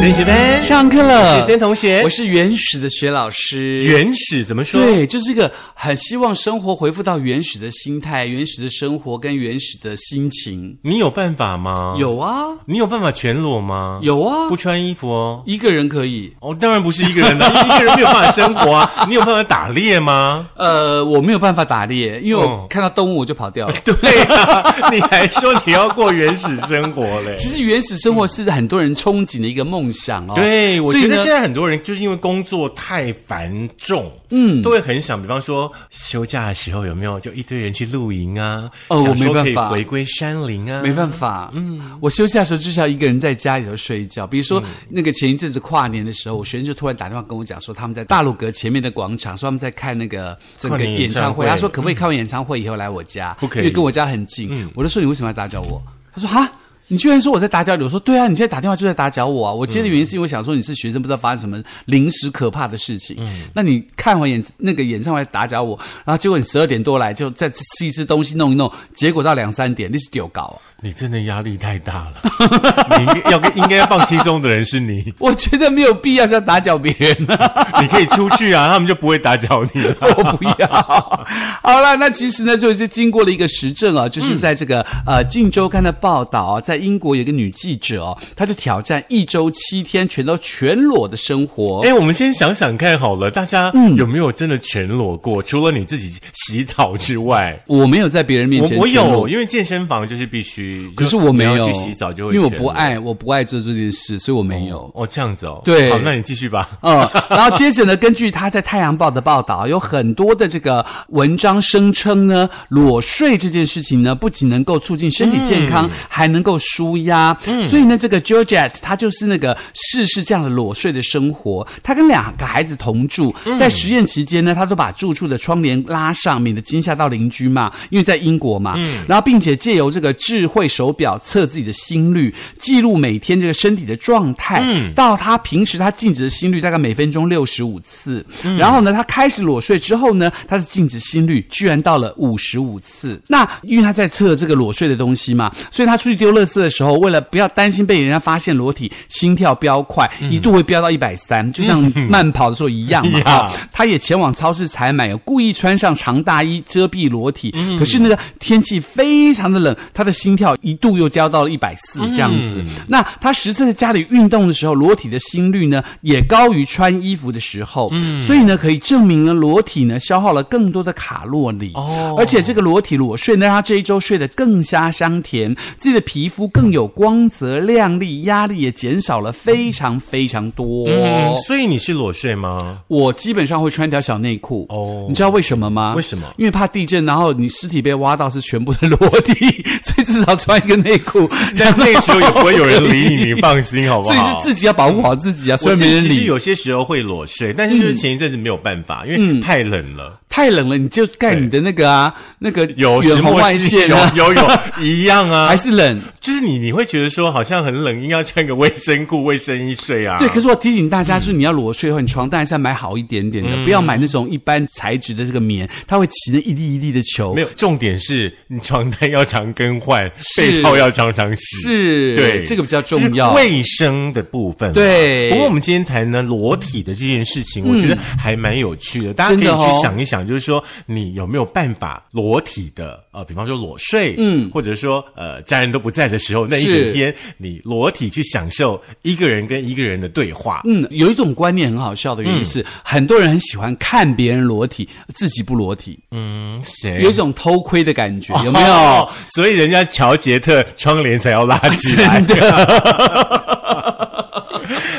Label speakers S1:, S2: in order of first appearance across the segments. S1: 森学班
S2: 上课了，
S1: 我是森同学
S2: 我是原始的学老师。
S1: 原始怎么说？
S2: 对，就是一个很希望生活恢复到原始的心态、原始的生活跟原始的心情。
S1: 你有办法吗？，
S2: 有啊，
S1: 你有办法全裸吗？，
S2: 有啊
S1: 嗯不，穿衣服哦。
S2: 一个人可以。
S1: 哦，当然不是一个人的， 一个人没有办法生活啊。你有办法打猎 吗？
S2: 呃，我没有办法打猎，因为我
S1: 嗯
S2: 看到动物我就 跑掉了。
S1: 对啊， 你还说你要过原始生活嘞？
S2: 其实原始生活是很多人憧憬的一个梦想哦。
S1: 对，我
S2: 所以
S1: 觉得
S2: 呢
S1: 现在很多人就是因为工作太繁重，嗯，都会很想，比方说休假的时候有没有就一堆人去露营啊？
S2: 哦我
S1: 想说
S2: 没办
S1: 可以
S2: 法
S1: 回归山林啊，
S2: 没办法，嗯，我休假的时候就是要一个人在家里头睡觉。比
S1: 嗯
S2: 如说、那个前一阵子跨年的时候，我学生就突然打电话跟我讲说，他们在大陆阁前面的广场，说他们在看那个整
S1: 跨
S2: 个
S1: 年演
S2: 演
S1: 唱
S2: 唱
S1: 会
S2: 会。他说可不可以看完演唱会以后来我家？
S1: 不可以嗯
S2: 因为跟我家很近。我就说你为什么要打搅我？他说哈。你居然说我在打搅你！我说对啊，你现在打电话就在打搅我啊！我接的原因是因为我想说你是学生，不知道发生什么临时可怕的事情。
S1: 嗯
S2: 那你看完演那个演唱会打搅我，然后结果你十二点多来，就再吃一吃东西弄一弄，结果到两三点你是丢搞、啊
S1: 你真的压力太大了， 你应该要跟应该要放轻松的人是你，
S2: 我觉得没有必要这样打搅别人、
S1: 你可以出去啊，他们就不会打搅你了。
S2: 我不要。好了，那其实呢，就是经过了一个实证啊，
S1: 嗯
S2: 就是在这个、呃《镜周刊》的报道啊，在英国有一个女记者哦，她就挑战一周七天全都全裸的生活。
S1: 哎、我们先想想看好了，大家
S2: 嗯
S1: 有没有真的全裸过？除了你自己洗澡之外，
S2: 我没有在别人面
S1: 我
S2: 前
S1: 我
S2: 全
S1: 有，。
S2: 裸
S1: 因为健身房就是必须，
S2: 可是我没
S1: 就
S2: 有
S1: 你要去洗澡就会
S2: 因为我
S1: 全
S2: 不
S1: 裸
S2: 爱，我不爱做这件事，所以我没有。
S1: 哦，这样子哦，
S2: 对
S1: 好，那你继续吧。
S2: 嗯，然后接着呢，根据他在《太阳报》的报道，有很多的这个文章声称呢，裸睡这件事情呢，不仅能够促进身体健康，还能够舒压。所以呢，这个 Georgette 她就是那个试试这样的裸睡的生活。她跟两个孩子同住，在实验期间呢，她都把住处的窗帘拉上，免得惊吓到邻居嘛，因为在英国嘛。然后并且借由这个智慧手表测自己的心率，记录每天这个身体的状态。到他平时他静止的心率大概每分钟六十五次，然后呢，他开始裸睡之后呢，他的静止心率居然到了五十五次。那因为他在测这个裸睡的东西嘛，所以他出去丢垃圾的时候，为了不要担心被人家发现裸体，心跳飙快，一度会飙到一百三，就像慢跑的时候嗯 一样嘛。
S1: 呀
S2: 哈他也前往超市采买，有故意穿上长大衣遮蔽裸体。
S1: 嗯
S2: 可是那个天气非常的冷，他的心跳一度又飙到了一百四
S1: 嗯
S2: 这样子。那他实测在家里运动的时候，裸体的心率呢也高于穿衣服的时候，
S1: 嗯
S2: 所以呢可以证明呢裸体呢消耗了更多的卡路里，
S1: 哦
S2: 而且这个裸体裸睡呢让他这一周睡得更加香甜，自己的皮肤更有光泽亮丽，压力也减少了非常非常多。
S1: 嗯，所以你是裸睡吗？
S2: 我基本上会穿一条小内裤。
S1: 哦
S2: 哦，你知道为什么吗？
S1: 为什么
S2: 因为怕地震，然后你尸体被挖到是全部的裸体， 所以至少穿一个内裤。
S1: 但那时候也不会有人 理你，你放心好不
S2: 所以
S1: 好？
S2: 是自己要保护好自己啊，虽
S1: 我
S2: 然
S1: 自
S2: 没
S1: 己
S2: 人
S1: 其实
S2: 理。嗯
S1: 有些时候会裸睡，但是就是前一阵子没有办法，因为太冷了。
S2: 太冷了，你就盖你的那个啊，那个
S1: 有
S2: 远
S1: 石
S2: 红
S1: 墨
S2: 外
S1: 烯，
S2: 线
S1: 有
S2: 啊，
S1: 有有一样啊
S2: 还，是冷。
S1: 就是你你会觉得说好像很冷，硬要穿个卫生裤、卫生衣睡啊。嗯
S2: 对，可是我提醒大家，就是你要裸睡的话，你床单还是要买好一点点的，不要买那种一般材质的这个棉，它会起那一粒一粒的球
S1: 没。有，重点是你床单要常更换，
S2: 是
S1: 被套要常常洗。
S2: 是，
S1: 对，
S2: 这个比较重要。
S1: 就是卫生的部分嘛。
S2: 对嗯
S1: 不过我们今天谈呢裸体的这件事情，我觉得还蛮有趣的，大家可以
S2: 真的哦
S1: 去想一想，就是说你有没有办法裸体的呃，比方说裸睡，嗯，或者说呃家人都不在的时候那一整
S2: 是
S1: 天，你裸体去享受一个人跟一个人的对话。
S2: 嗯，有一种观念很好笑的原因
S1: 嗯
S2: 是，很多人很喜欢看别人裸体，自己不裸体，
S1: 嗯，谁
S2: 有一种偷窥的感觉，有没有？
S1: 哦所以人家乔杰特窗帘才要拉起来。
S2: 真 的，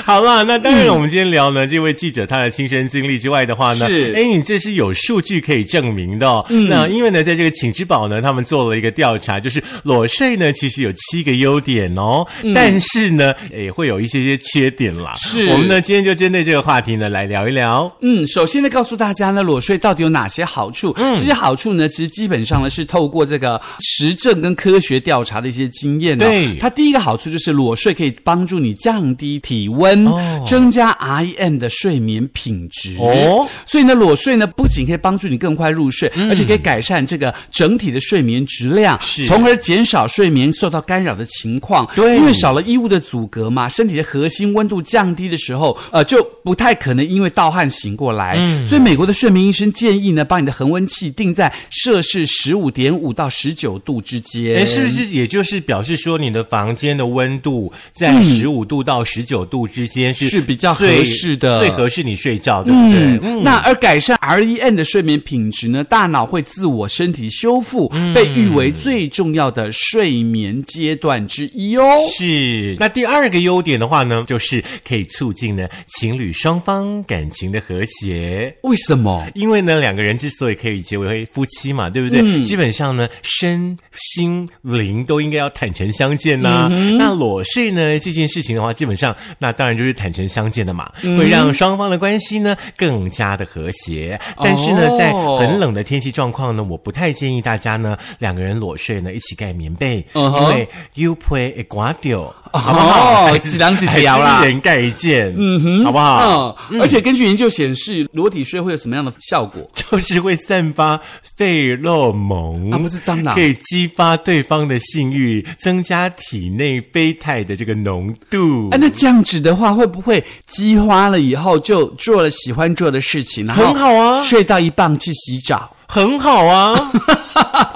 S1: 好啦，那当然，我们今天聊呢，这位记者他的亲身经历之外的话呢，
S2: 是嗯
S1: 哎，你这是有数据可以证明的、哦。那因为呢，在这个请之宝呢，他们做了一个调查，就是裸睡呢，其实有七个优点哦，但是呢，也会有一些些缺点啦。
S2: 嗯是
S1: 我们呢，今天就针对这个话题呢，来聊一聊。
S2: 嗯，首先呢，告诉大家呢，裸睡到底有哪些好处？嗯，这些好处呢，其实基本上呢是透过这个实证跟科学调查的一些经验呢、
S1: 对
S2: 它第一个好处就是裸睡可以帮助你降低体温，分，增加 REM 的睡眠品质。
S1: 哦嗯
S2: 哦，所以呢，裸睡呢不仅可以帮助你更快入睡，而且可以改善这个整体的睡眠质量，
S1: 是
S2: 从而减少睡眠受到干扰的情况。
S1: 对
S2: 因为少了衣物的阻隔嘛，身体的核心温度降低的时候，呃，就不太可能因为盗汗醒过来。所以美国的睡眠医生建议呢，把你的恒温器定在摄氏十五点五到十九度之间。
S1: 哎，是不是也就是表示说，你的房间的温度在十五度到十九度之间是
S2: 嗯是比较合
S1: 最
S2: 适的
S1: 最合适你睡觉，对不对？
S2: 嗯，那而改善 REM 的睡眠品质呢，大脑会自我身体修复，被誉为最重要的睡眠阶段之一哦。
S1: 是。那第二个优点的话呢，就是可以促进呢情侣双方感情的和谐。
S2: 为什么？
S1: 因为呢，两个人之所以可以结为夫妻嘛，对不对？
S2: 嗯
S1: 基本上呢，身心灵都应该要坦诚相见呐、
S2: 嗯
S1: 那裸睡呢这件事情的话，基本上那当然就是坦诚相见的嘛，
S2: 嗯
S1: 会让双方的关系呢更加的和谐。但是呢，
S2: 哦
S1: 在很冷的天气状况呢，我不太建议大家呢两个人裸睡呢一起盖棉被，
S2: 嗯哼哦
S1: 因为 you play a g u a d i o 好不 好？还是
S2: 几人几条啦
S1: 还是一人盖一件，嗯哼，好不好？
S2: 嗯，而且根据研究显示，裸体睡会有什么样的效果？
S1: 就是会散发费洛蒙，
S2: 啊不是蟑螂
S1: 可以激发对方的性欲，增加体内啡肽的这个浓度。
S2: 哎、那这样子的话，会不会激发了以后就做了喜欢做的事情，然后
S1: 很好啊
S2: 睡到一半去洗 澡？
S1: 很好 啊，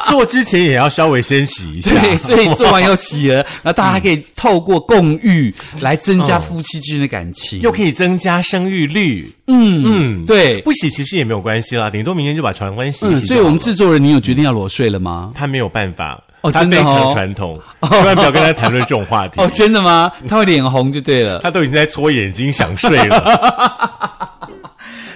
S1: 做之前也要稍微先洗一下。
S2: 对， 所以做完又 洗了，然后大家还可以透过共浴来增加夫妻之间的感情。
S1: 又可以增加生育率，
S2: 嗯，对，
S1: 不洗其实也没有关系啦，顶多明天就把传欢洗一
S2: 嗯，
S1: 洗、
S2: 所以我们制作人，你有决定要裸睡了吗？
S1: 他没有办法，
S2: 哦
S1: 他
S2: 真
S1: 非
S2: 的 哦
S1: 常传统，千万不要跟他谈论这种话题。
S2: 哦，真的吗？他会脸红就对了。
S1: 他都已经在搓眼睛想睡了，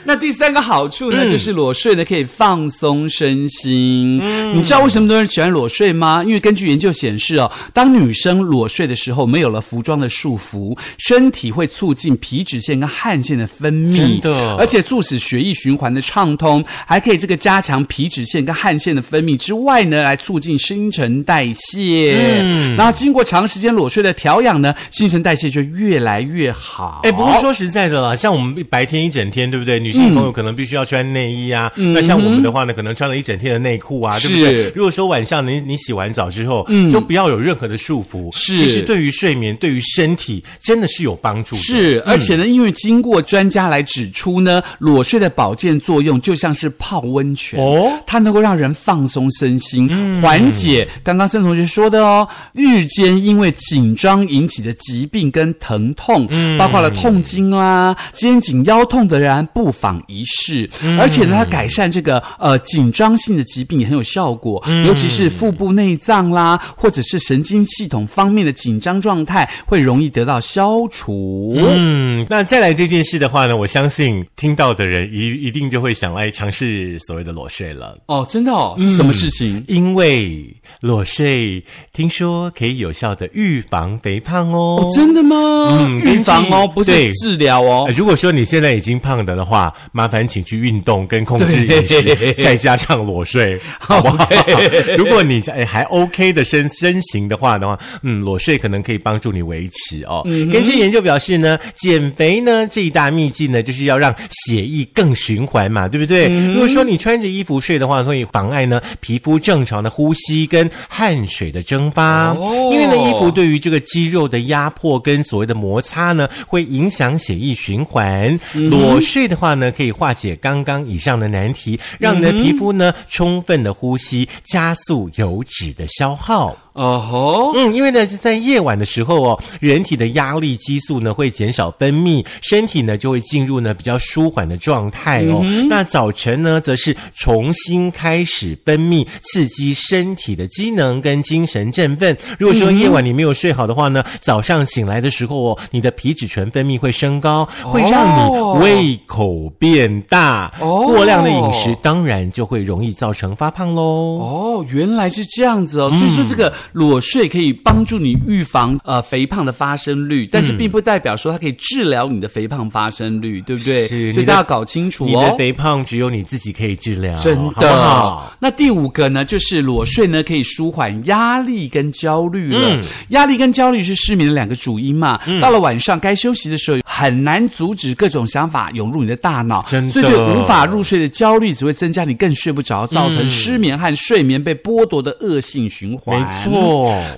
S2: 那第三个好处呢，
S1: 嗯
S2: 就是裸睡呢可以放松身心。
S1: 嗯
S2: 你知道为什么很多人喜欢裸睡吗？因为根据研究显示哦，当女生裸睡的时候，没有了服装的束缚，身体会促进皮脂腺跟汗腺的分泌，
S1: 真的
S2: 而且促使血液循环的畅通，还可以这个加强皮脂腺跟汗腺的分泌之外呢，来促进新陈代谢。嗯，然后经过长时间裸睡的调养呢，新陈代谢就越来越好。
S1: 哎、不过说实在的啦，像我们白天一整天，对不对？女性朋友可能必须要穿内衣啊。那像我们的话呢，可能穿了一整天的内裤啊，对不对
S2: 嗯是？嗯
S1: 如果说晚上你你洗完澡之后，就不要有任何的束缚，
S2: 是
S1: 其实对于睡眠、对于身体真的是有帮助的。
S2: 是，而且呢，因为经过专家来指出呢，裸睡的保健作用就像是泡温泉
S1: 哦
S2: 它能够让人放松身心，缓解刚刚郑同学说的哦，日间因为紧张引起的疾病跟疼痛，包括了痛经啦、肩颈腰痛的人不妨一试。而且呢，它改善这个呃紧张性的疾病也很有效果，尤其是腹部内脏啦，或者是神经系统方面的紧张状态，会容易得到消除。
S1: 嗯，那再来这件事的话呢，我相信听到的人一一定就会想来尝试所谓的裸睡了。
S2: 哦，真的哦，是什么事情？
S1: 因为裸睡听说可以有效的预防肥胖哦
S2: 哦，真的吗？
S1: 嗯
S2: 预防
S1: 根
S2: 哦，
S1: 据
S2: 不
S1: 对
S2: 是治疗哦
S1: 呃。如果说你现在已经胖的的话，麻烦请去运动跟控制饮食，
S2: 对
S1: 再加上裸 睡，好不好
S2: OK
S1: 如果你哎还 OK 的身身形的话的话，嗯，裸睡可能可以帮助你维持哦。
S2: 嗯
S1: 根据研究表示呢，减肥呢这一大秘技呢，就是要让血液更循环嘛，对不对？
S2: 嗯
S1: 如果说你穿着衣服睡的话，会妨碍呢皮肤正常的呼吸跟汗水的蒸发，
S2: 哦
S1: 因为呢衣服对于这个肌肉的压迫跟所谓的摩擦呢，会影响血液循环。裸睡的话呢，可以化解刚刚以上的难题，让你的皮肤呢充分的呼吸，加速油脂的消耗。
S2: 哦吼，
S1: 嗯，因为呢，在夜晚的时候哦，人体的压力激素呢会减少分泌，身体呢就会进入呢比较舒缓的状态哦。
S2: 嗯
S1: 那早晨呢，则是重新开始分泌，刺激身体的机能跟精神振奋。如果说夜晚你没有睡好的话呢，
S2: 嗯
S1: 早上醒来的时候哦，你的皮质醇分泌会升高，会让你
S2: 哦
S1: 胃口变大。
S2: 哦
S1: 过量的饮食当然就会容易造成发胖喽。
S2: 哦，原来是这样子
S1: 嗯
S2: 哦。所以说，这个裸睡可以帮助你预防呃肥胖的发生率，但
S1: 嗯
S2: 是并不代表说它可以治疗你的肥胖发生率，对不
S1: 是？
S2: 对所
S1: 你
S2: 以
S1: 的
S2: 大家要搞清楚
S1: 你的
S2: 哦。
S1: 肥胖只有你自己可以治疗，
S2: 真的
S1: 好不好？
S2: 那第五个呢，就是裸睡呢可以舒缓压力
S1: 嗯
S2: 跟焦虑了。压力跟焦虑是失眠的两个主因嘛。到了晚上该休息的时候，很难阻止各种想法涌入你的大脑，
S1: 真的
S2: 所以对无法入睡的焦虑只会增加你更睡不着，造成失眠和睡眠被剥夺的恶性循环。
S1: 没错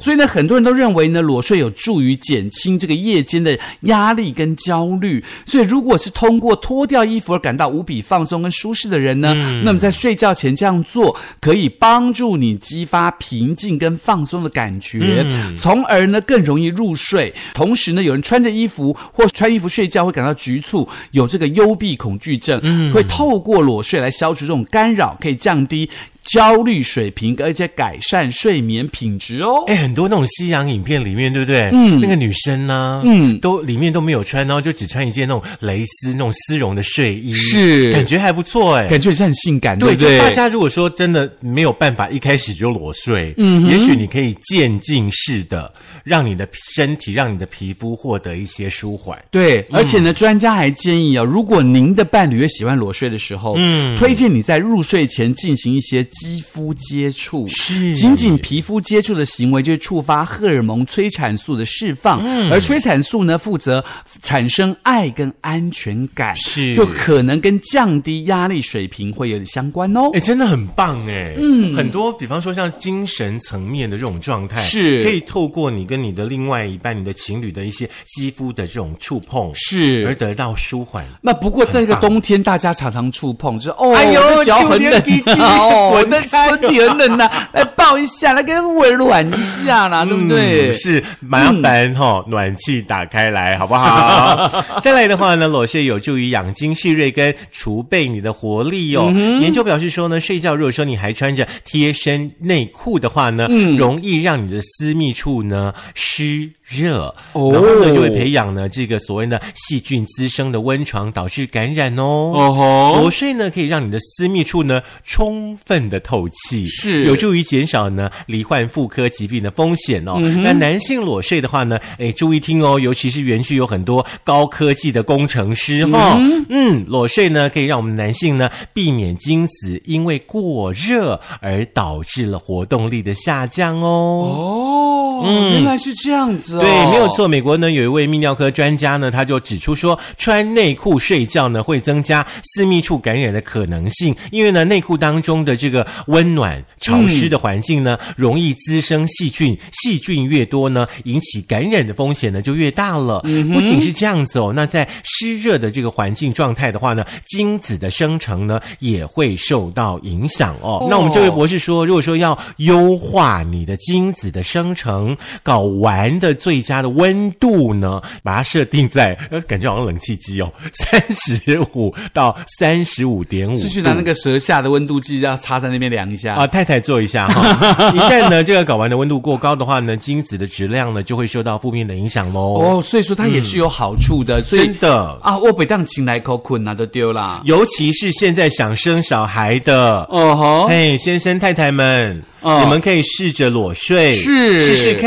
S2: 所以呢，很多人都认为呢，裸睡有助于减轻这个夜间的压力跟焦虑。所以，如果是通过脱掉衣服而感到无比放松跟舒适的人呢，那么在睡觉前这样做，可以帮助你激发平静跟放松的感觉，从而呢更容易入睡。同时呢，有人穿着衣服或穿衣服睡觉会感到局促，有这个幽闭恐惧症，会透过裸睡来消除这种干扰，可以降低。焦虑水平，而且改善睡眠品质哦。
S1: 哎，很多那种西洋影片里面，对不对？嗯，那个女生呢、嗯，都里面都没有穿，然后就只穿一件那种蕾丝、那种丝绒的睡衣，
S2: 是
S1: 感觉还不错哎。
S2: 感觉也是很性感，
S1: 对
S2: 不对？
S1: 就大家如果说真的没有办法一开始就裸睡，嗯，也许你可以渐进式的让你的身体、让你的皮肤获得一些舒缓。
S2: 对，而且呢，专家还建议啊、如果您的伴侣也喜欢裸睡的时候，嗯，推荐你在入睡前进行一些肌肤接触，
S1: 是
S2: 仅仅皮肤接触的行为就是触发荷尔蒙催产素的释放，
S1: 嗯
S2: 而催产素呢，负责产生爱跟安全感，
S1: 是
S2: 就可能跟降低压力水平会有点相关哦。
S1: 哎、真的很棒哎！嗯，很多，比方说像精神层面的这种状态，
S2: 是
S1: 可以透过你跟你的另外一半、你的情侣的一些肌肤的这种触碰，
S2: 是
S1: 而得到舒缓。
S2: 那不过在这个冬天，大家常常触碰，就是哦，
S1: 哎呦
S2: 我的脚很冷、
S1: 秋天 滴滴
S2: 啊，哦，我
S1: 滚
S2: 的
S1: 开
S2: 身体很冷呐、啊来抱一下，来给我温暖一下啦，对不对？
S1: 嗯是麻烦哈、哦暖气打开来好不 好？再来的话呢，裸睡有助于养精蓄锐跟储备你的活力
S2: 嗯
S1: 哦。研究表示说呢，睡觉如果说你还穿着贴身内裤的话呢，
S2: 嗯
S1: 容易让你的私密处呢湿。热，
S2: 哦
S1: 然后呢就会培养呢这个所谓的细菌滋生的温床，导致感染哦。
S2: 哦吼
S1: 裸睡呢可以让你的私密处呢充分的透气，
S2: 是
S1: 有助于减少呢罹患妇科疾病的风险哦。
S2: 嗯
S1: 那男性裸睡的话呢，哎，注意听哦，尤其是园区有很多高科技的工程师哈、哦，嗯裸睡呢可以让我们男性呢避免精子因为过热而导致了活动力的下降哦
S2: 哦，原来是这样子哦，
S1: 嗯对，没有。错。美国呢有一位泌尿科专家呢，他就指出说，穿内裤睡觉呢会增加私密处感染的可能性，因为呢内裤当中的这个温暖潮湿的环境呢，容易滋生细菌，细菌越多呢，引起感染的风险呢就越大了。不仅是这样子哦，那在湿热的这个环境状态的话呢，精子的生成呢也会受到影响哦。那我们这位博士说，如果说要优化你的精子的生成，睾丸的最佳的温度呢，把它设定在呃，感觉好像冷气机哦， 三十五到三十五点五
S2: 是去拿那个舌下的温度计，这样插在那边量一下。
S1: 啊，太太做一下哈。一旦呢，这个睾丸的温度过高的话呢，精子的质量呢就会受到负面的影响喽。
S2: 哦，所以说它也是有好处的，所
S1: 嗯
S2: 以
S1: 真的，
S2: 啊，我北当请来口困啊，都丢啦。
S1: 尤其是现在想生小孩的，
S2: 哦吼，
S1: 嘿，先生太太们，
S2: 哦
S1: 你们可以试着裸睡，
S2: 是
S1: 试试看。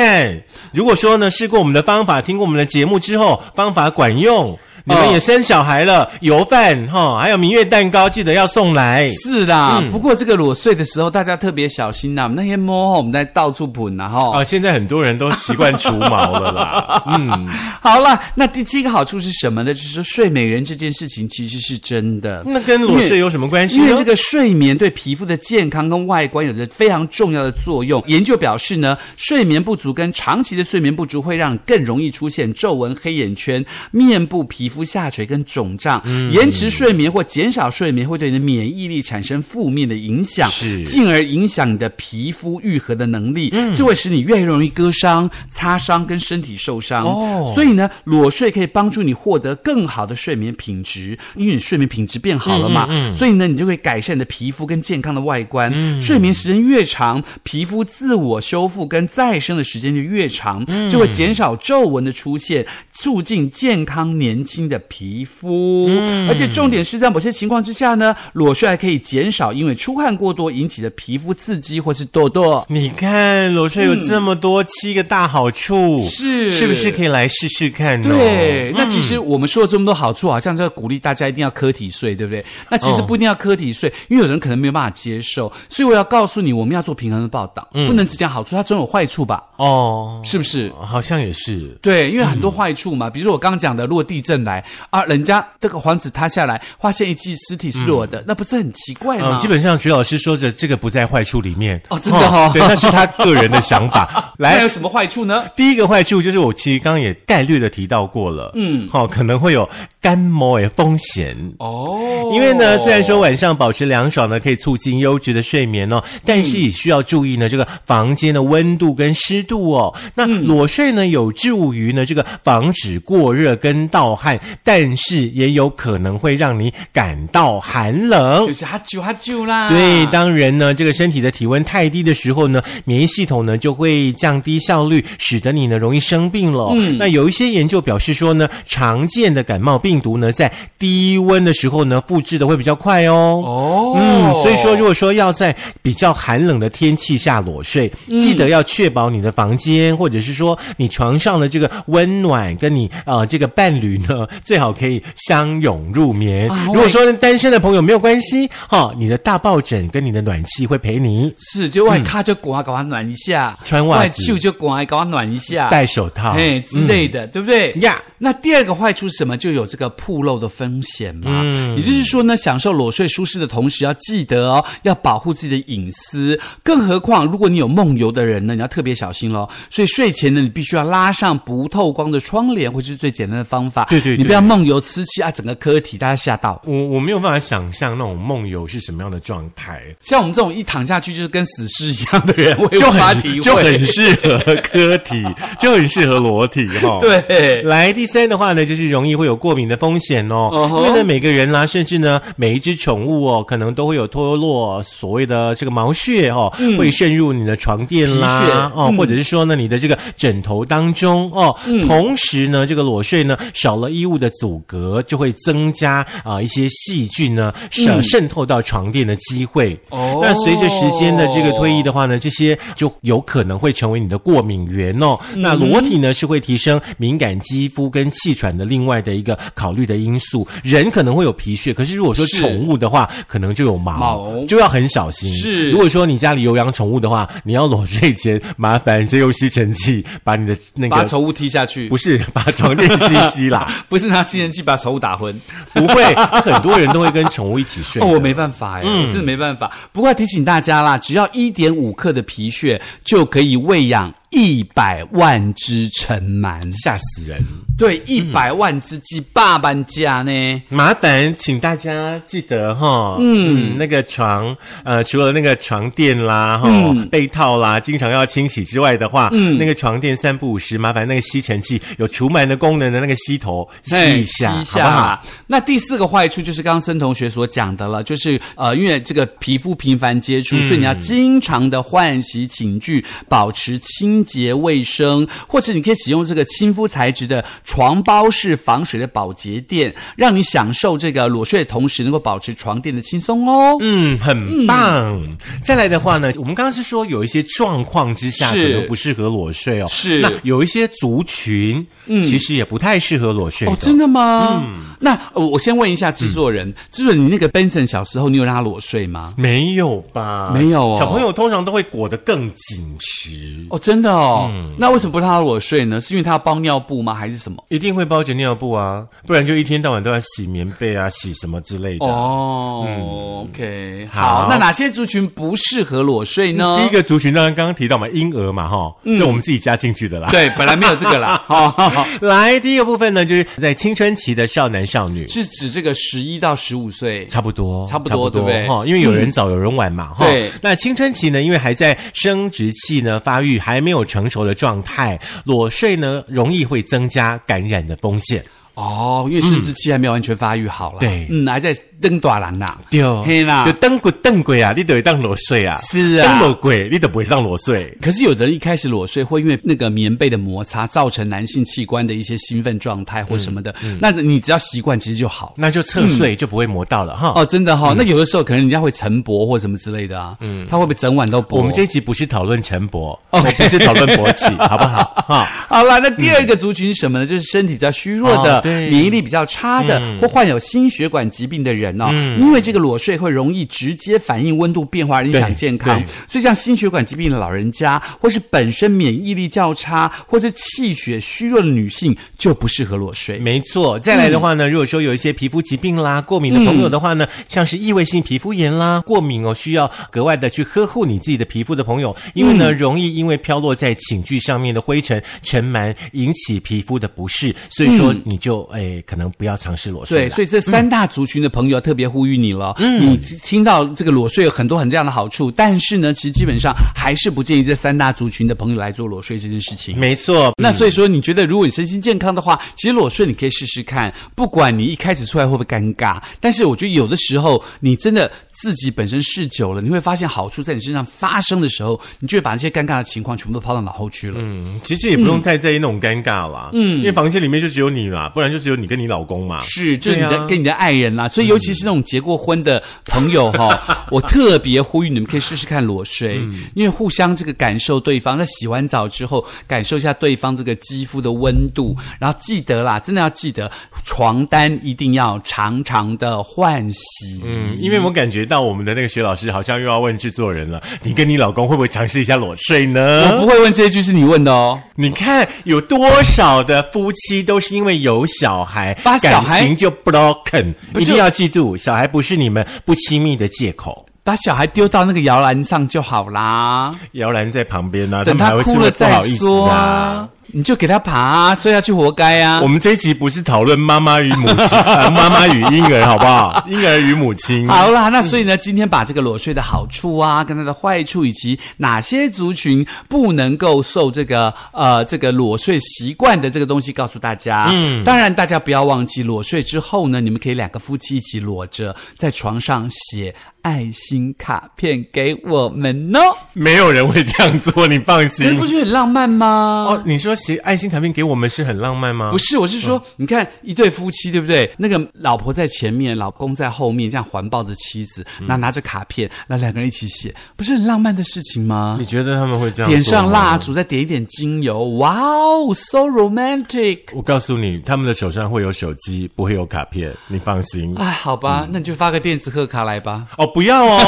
S1: 如果说呢，试过我们的方法，听过我们的节目之后，方法管用，
S2: 哦
S1: 你们也生小孩了，油饭哈、还有明月蛋糕，记得要送来。
S2: 是啦。
S1: 嗯
S2: 不过这个裸睡的时候，大家特别小心呐、那些猫吼我们在到处滚然后。
S1: 啊，现在很多人都习惯除毛了 啦。嗯，
S2: 好了，那第七个好处是什么呢？就是说睡美人这件事情其实是真的。
S1: 那跟裸睡有什么关系
S2: 因为
S1: 呢
S2: 这？个睡眠对皮肤的健康跟外观有着非常重要的作用。研究表示呢，睡眠不足跟长期的睡眠不足会让你更容易出现皱纹、黑眼圈、面部皮肤下垂跟肿胀。
S1: 嗯
S2: 延迟睡眠或减少睡眠会对你的免疫力产生负面的影响，
S1: 是嗯
S2: 进而影响你的皮肤愈合的能力，这会使你越容易割伤、擦伤跟身体受伤。
S1: 哦
S2: 所以呢，裸睡可以帮助你获得更好的睡眠品质，因为你睡眠品质变好了嘛，所以呢，你就会改善你的皮肤跟健康的外观。睡眠时间越长，皮肤自我修复跟再生的时间就越长，就会减少皱纹的出现，促进健康年轻的皮肤。而且重点是在某些情况之下呢，裸睡还可以减少因为出汗过多引起的皮肤刺激或是痘痘。
S1: 你看裸睡有这么多七个大好处，
S2: 嗯是
S1: 是不是可以来试试看哦。
S2: 对，那其实我们说了这么多好处，好像是要鼓励大家一定要科体税，对不对？那其实不一定要科体税，因为有人可能没有办法接受，所以我要告诉你，我们要做平衡的报道，不能只讲好处，它总有坏处吧？
S1: 嗯哦，
S2: 是不是？
S1: 好像也是。
S2: 对，因为很多坏处嘛，比如说我刚刚讲的，如果地震来啊，人家这个房子塌下来，发现一具尸体是裸的，那不是很奇怪
S1: 嗯，
S2: 吗？
S1: 基本上徐老师说着这个不在坏处里面
S2: 哦真的哦
S1: 对，那是他个人的想 法。
S2: 那
S1: 来
S2: 有，什么坏处呢？
S1: 第一个坏处就是我其实刚刚也概率的提到过了，嗯，好、可能会有肝膜的风险。
S2: 哦，
S1: 因为呢，虽然说晚上保持凉爽呢，可以促进优质的睡眠哦，但是也需要注意呢，这个房间的温度跟湿度哦。那
S2: 嗯
S1: 裸睡呢，有助于呢这个防止过热跟盗汗，但是也有可能会让你感到寒冷
S2: 就。是哈啾哈啾啦，
S1: 对，当人呢，这个身体的体温太低的时候呢，免疫系统呢就会降低效率，使得你呢容易生病了哦、那有一些研究表示说呢，常见的感冒病毒呢，在低温的时候呢，复制的会比较快哦。
S2: 哦，
S1: 嗯，所以说，如果说要在比较寒冷的天气下裸睡，
S2: 嗯
S1: 记得要确保你的房间或者是说你床上的这个温暖，跟你呃这个伴侣呢，最好可以相拥入眠。
S2: 啊
S1: 如果说单身的朋友没有关系，哈、你的大抱枕跟你的暖气会陪你，
S2: 是就外卡就刮，给我暖一下；
S1: 嗯穿袜子
S2: 外袖就刮，给我暖一下。
S1: 戴手套，嗯
S2: 哎之类的，对不对？
S1: 呀
S2: 那第二个坏处是什么？就有这个铺漏的风险嘛。
S1: 嗯
S2: 也就是说呢，享受裸睡舒适的同时，要记得哦，要保护自己的隐私。更何况，如果你有梦游的人呢，你要特别小心喽。所以睡前呢，你必须要拉上不透光的窗帘，或是最简单的方法。
S1: 对对对
S2: 你不要梦游吃气啊，整个科体大家吓到。
S1: 我我没有办法想象那种梦游是什么样的状态，
S2: 像我们这种一躺下去就是跟死尸一样的人，我也
S1: 就
S2: 无法体
S1: 很
S2: 会。
S1: 就很适合科体，就很适合裸体哈、哦。
S2: 对，
S1: 来，第三的话呢，就是容易会有过敏的风险哦。
S2: 嗯哼
S1: 因为呢，每个人啦、甚至呢，每一只宠物哦，可能都会有脱落所谓的这个毛屑哦，会渗入你的床垫
S2: 嗯皮屑
S1: 啦，哦，
S2: 嗯
S1: 或者是说呢，你的这个枕头当中哦。同时呢，这个裸睡呢，少了衣物的阻隔，就会增加啊、一些细菌呢渗渗透到床垫的机会。
S2: 嗯哦
S1: 那随着时间的这个推移的话呢，这些就有可能会成为你的过敏源哦。
S2: 嗯
S1: 那裸体呢是会提升敏感肌肤跟气喘的另外的一个考虑的因素。人可能会有皮屑，可是如果说
S2: 是
S1: 宠物的话，可能就有毛，
S2: 毛
S1: 就要很小心。
S2: 是
S1: 如果说你家里有养宠物的话，你要裸睡前麻烦先用吸尘器把你的那
S2: 把
S1: 个。
S2: 宠物踢下去，
S1: 不是把床垫吸吸啦，
S2: 不是拿吸尘器把宠物打昏。
S1: 不会，很多人都会跟宠物一起睡的。
S2: 哦，我没办法哎、
S1: 嗯
S2: 我真的没办法。不过要提醒大家啦，只要一点五克的皮屑就可以喂养一百万只尘螨，
S1: 吓死人！
S2: 对，一百万只鸡爸爸家呢。
S1: 麻烦请大家记得哈，嗯那个床呃，除了那个床垫啦、哈、
S2: 嗯
S1: 被套啦，经常要清洗之外的话，嗯，那个床垫三不五时，麻烦那个吸尘器有除螨的功能的那个吸头吸
S2: 嘿
S1: 一下，
S2: 吸一
S1: 好不好？
S2: 下。那第四个坏处就是刚刚森同学所讲的了，就是呃，因为这个皮肤频繁接
S1: 嗯
S2: 触，所以你要经常的换洗寝具，保持清洁卫生，或者你可以使用这个亲肤材质的床包式防水的保洁垫，让你享受这个裸睡的同时，能够保持床垫的轻松哦。
S1: 嗯，很棒。
S2: 嗯
S1: 再来的话呢，我们刚刚是说有一些状况之下可
S2: 是
S1: 能不适合裸睡哦，
S2: 是嗯
S1: 那有一些族群，其实也不太适合裸睡的。
S2: 哦，真的吗？
S1: 嗯
S2: 那、呃我先问一下制作人，制作人，你那个 Benson 小时候你有让他裸睡吗？
S1: 没有吧？
S2: 没有哦
S1: 小朋友通常都会裹得更紧实。
S2: 哦，真的哦，
S1: 嗯
S2: 那为什么不让他裸睡呢？是因为他要包尿布吗？还是什么？
S1: 一定会包着尿布啊，不然就一天到晚都要洗棉被啊，洗什么之类的。啊
S2: 哦、o k
S1: 好
S2: 好，那哪些族群不适合裸睡呢？
S1: 第一个族群当然刚刚提到嘛，婴儿嘛，哈，这我们自己加进去的啦。
S2: 嗯对，本来没有这个啦， 哈、哦，
S1: 来，第一个部分呢，就是在青春期的少男少女，
S2: 是指这个十一到十五岁。
S1: 差不多，
S2: 差不多对不对
S1: 哈，因为有人早，有人晚嘛，哈。
S2: 对
S1: 那青春期呢，因为还在生殖器呢发育还没有成熟的状态，裸睡呢容易会增加感染的风险。
S2: 哦，因为生殖器还没有完全发育好啦，
S1: 对
S2: 嗯，还在登短廊呐，
S1: 对，
S2: 嘿啦
S1: 就蹬过蹬过啊，你就会当裸睡啊，
S2: 是啊
S1: 蹬裸鬼你就不会上裸睡。
S2: 可是有的人一开始裸睡，会因为那个棉被的摩擦，造成男性器官的一些兴奋状态或什么的。
S1: 嗯
S2: 那你只要习惯，其实就好。
S1: 那就侧睡就不会磨到了哈。
S2: 哦，真的
S1: 嗯
S2: 哈、那有的时候可能人家会晨勃或什么之类的啊，嗯，他会不会整晚都勃？
S1: 我们这一集不是讨论陈勃，我们不是讨论勃起，好不好？ 哈，
S2: 好啦，啊那第二个族群是什么呢？就是身体比较虚弱的、
S1: 哦对嗯
S2: 免疫力比较差的，或患有心血管疾病的人哦。因为这个裸睡会容易直接反映温度变化而影响健康
S1: 对，
S2: 所以像心血管疾病的老人家，或是本身免疫力较差，或是气血虚弱的女性，就不适合裸睡。
S1: 没错。再来的话呢，如果说有一些皮肤疾病啦、过敏的朋友的话呢，像是异位性皮肤炎啦、过敏哦，需要格外的去呵护你自己的皮肤的朋友，因为呢，容易因为飘落在寝具上面的灰尘、尘螨引起皮肤的不适，所以说你就诶可能不要尝试裸嗯睡
S2: 对，
S1: 啦。
S2: 所以这三大族群的朋友特别呼吁你了。嗯，你听到这个裸睡有很多很这样的好处，但是呢，其实基本上还是不建议这三大族群的朋友来做裸睡这件事情。
S1: 没错，
S2: 那所以说，你觉得如果你身心健康的话，其实裸睡你可以试试看，不管你一开始出来会不会尴尬，但是我觉得有的时候你真的自己本身试久了，你会发现好处在你身上发生的时候，你就会把那些尴尬的情况全部都抛到脑后去了。
S1: 嗯，其实也不用太在意那种尴尬啦，嗯，因为房间里面就只有你啦，不然就只有你跟你老公嘛。
S2: 是，就是你
S1: 对啊
S2: 的、跟你的爱人啦、所以尤其是那种结过婚的朋
S1: 嗯
S2: 友哈、 我特别呼吁你们可以试试看裸睡，
S1: 嗯
S2: 因为互相这个感受对方，在洗完澡之后感受一下对方这个肌肤的温度，
S1: 嗯
S2: 然后记得啦，真的要记得床单一定要常常的换洗。
S1: 嗯，因为我感觉到我们的那个学老师好像又要问制作人了，你跟你老公会不会尝试一下裸睡
S2: 我
S1: 呢？
S2: 不会问这一句是你问的哦，
S1: 你看有多少的夫妻都是因为有小孩，
S2: 把小孩
S1: 感情就 broken，
S2: 不
S1: 一
S2: 就
S1: 定要记住，小孩不是你们不亲密的借口。
S2: 把小孩丢到那个摇篮上就好啦，
S1: 摇篮在旁边呢、啊，
S2: 等
S1: 们还会
S2: 哭
S1: 不
S2: 了
S1: 会不
S2: 再
S1: 好意思
S2: 说
S1: 啊。
S2: 啊，你就给他爬、啊，所以要去活该啊。
S1: 我们这一集不是讨论妈妈与母亲， 呃妈妈与婴儿，好不 好？婴儿与母亲。
S2: 好啦，那所以呢，今天把这个裸睡的好处啊，跟它的坏处，以及哪些族群不能够受这个呃这个裸睡习惯的这个东西告诉大家。嗯，当然大家不要忘记，裸睡之后呢，你们可以两个夫妻一起裸着在床上写爱心卡片给我们哦，
S1: 没有人会这样做，你放
S2: 这不
S1: 心。
S2: 是很浪漫吗？
S1: 哦，你说写爱心卡片给我们是很浪漫吗？
S2: 不是，我是说，你看一对夫妻，对不对？那个老婆在前面，老公在后面，这样环抱着妻子，那拿着卡片，那两个人一起写，不是很浪漫的事情吗
S1: 你？觉得他们会这样？
S2: 点上蜡。烛，再点一点精油，哇哦，so romantic！
S1: 我告诉你，他们的手上会有手机，不会有卡片，你放心。
S2: 哎，好吧，那你就发个电子贺卡来吧，
S1: 哦，不要哦，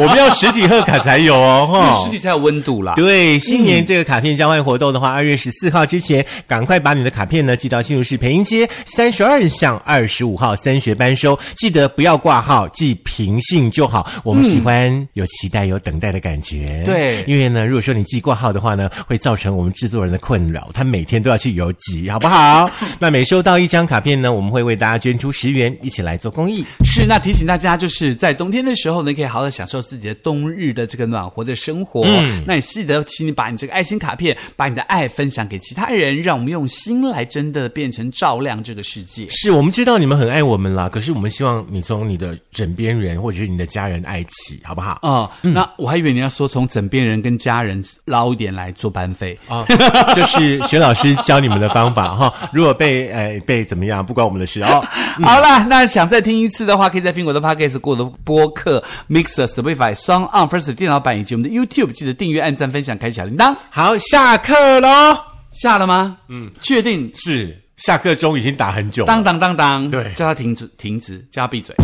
S1: 我们要实体贺卡才有哦，
S2: 因 为
S1: 哈。
S2: 实体才有温度啦。
S1: 对，新年这个卡片交换活动的话，二月十四号之前，赶快把你的卡片呢寄到新竹市培英街三十二巷二十五号三学班收，记得不要挂号，寄平信就好。我们喜欢有期待、有等待的感觉。
S2: 对
S1: 因为呢，如果说你寄挂号的话呢，会造成我们制作人的困扰，他每天都要去邮寄，好不好？那每收到一张卡片呢，我们会为大家捐出十元，一起来做公益。
S2: 是，那提醒大家，就是在冬天的时候呢，可以好好享受自己的冬日的这个暖和的生活。那也记得，请你把你这个爱心卡片，把你的爱分享给其他人，让我们用心来真的变成照亮这个世界。
S1: 是我们知道你们很爱我们啦，可是我们希望你从你的枕边人或者是你的家人爱起，好不好？
S2: 哦，那我还以为你要说从枕边人跟家人捞一点来做班费。
S1: 啊、 就是学老师教你们的方法哈、如果被呃被怎么样，不关我们的事哦。
S2: 好啦，那想再听一次的话，可以在苹果的 Podcast、过的播客、Mixer、Spotify、Song On First 电脑版以及我们的 YouTube，记得订阅、按赞、分享、开小铃铛。
S1: 好，下课喽。
S2: 下了吗？嗯，确定。
S1: 是，下课钟已经打很久了。
S2: 当当当当，
S1: 对
S2: 叫他停止，停止，叫他闭嘴。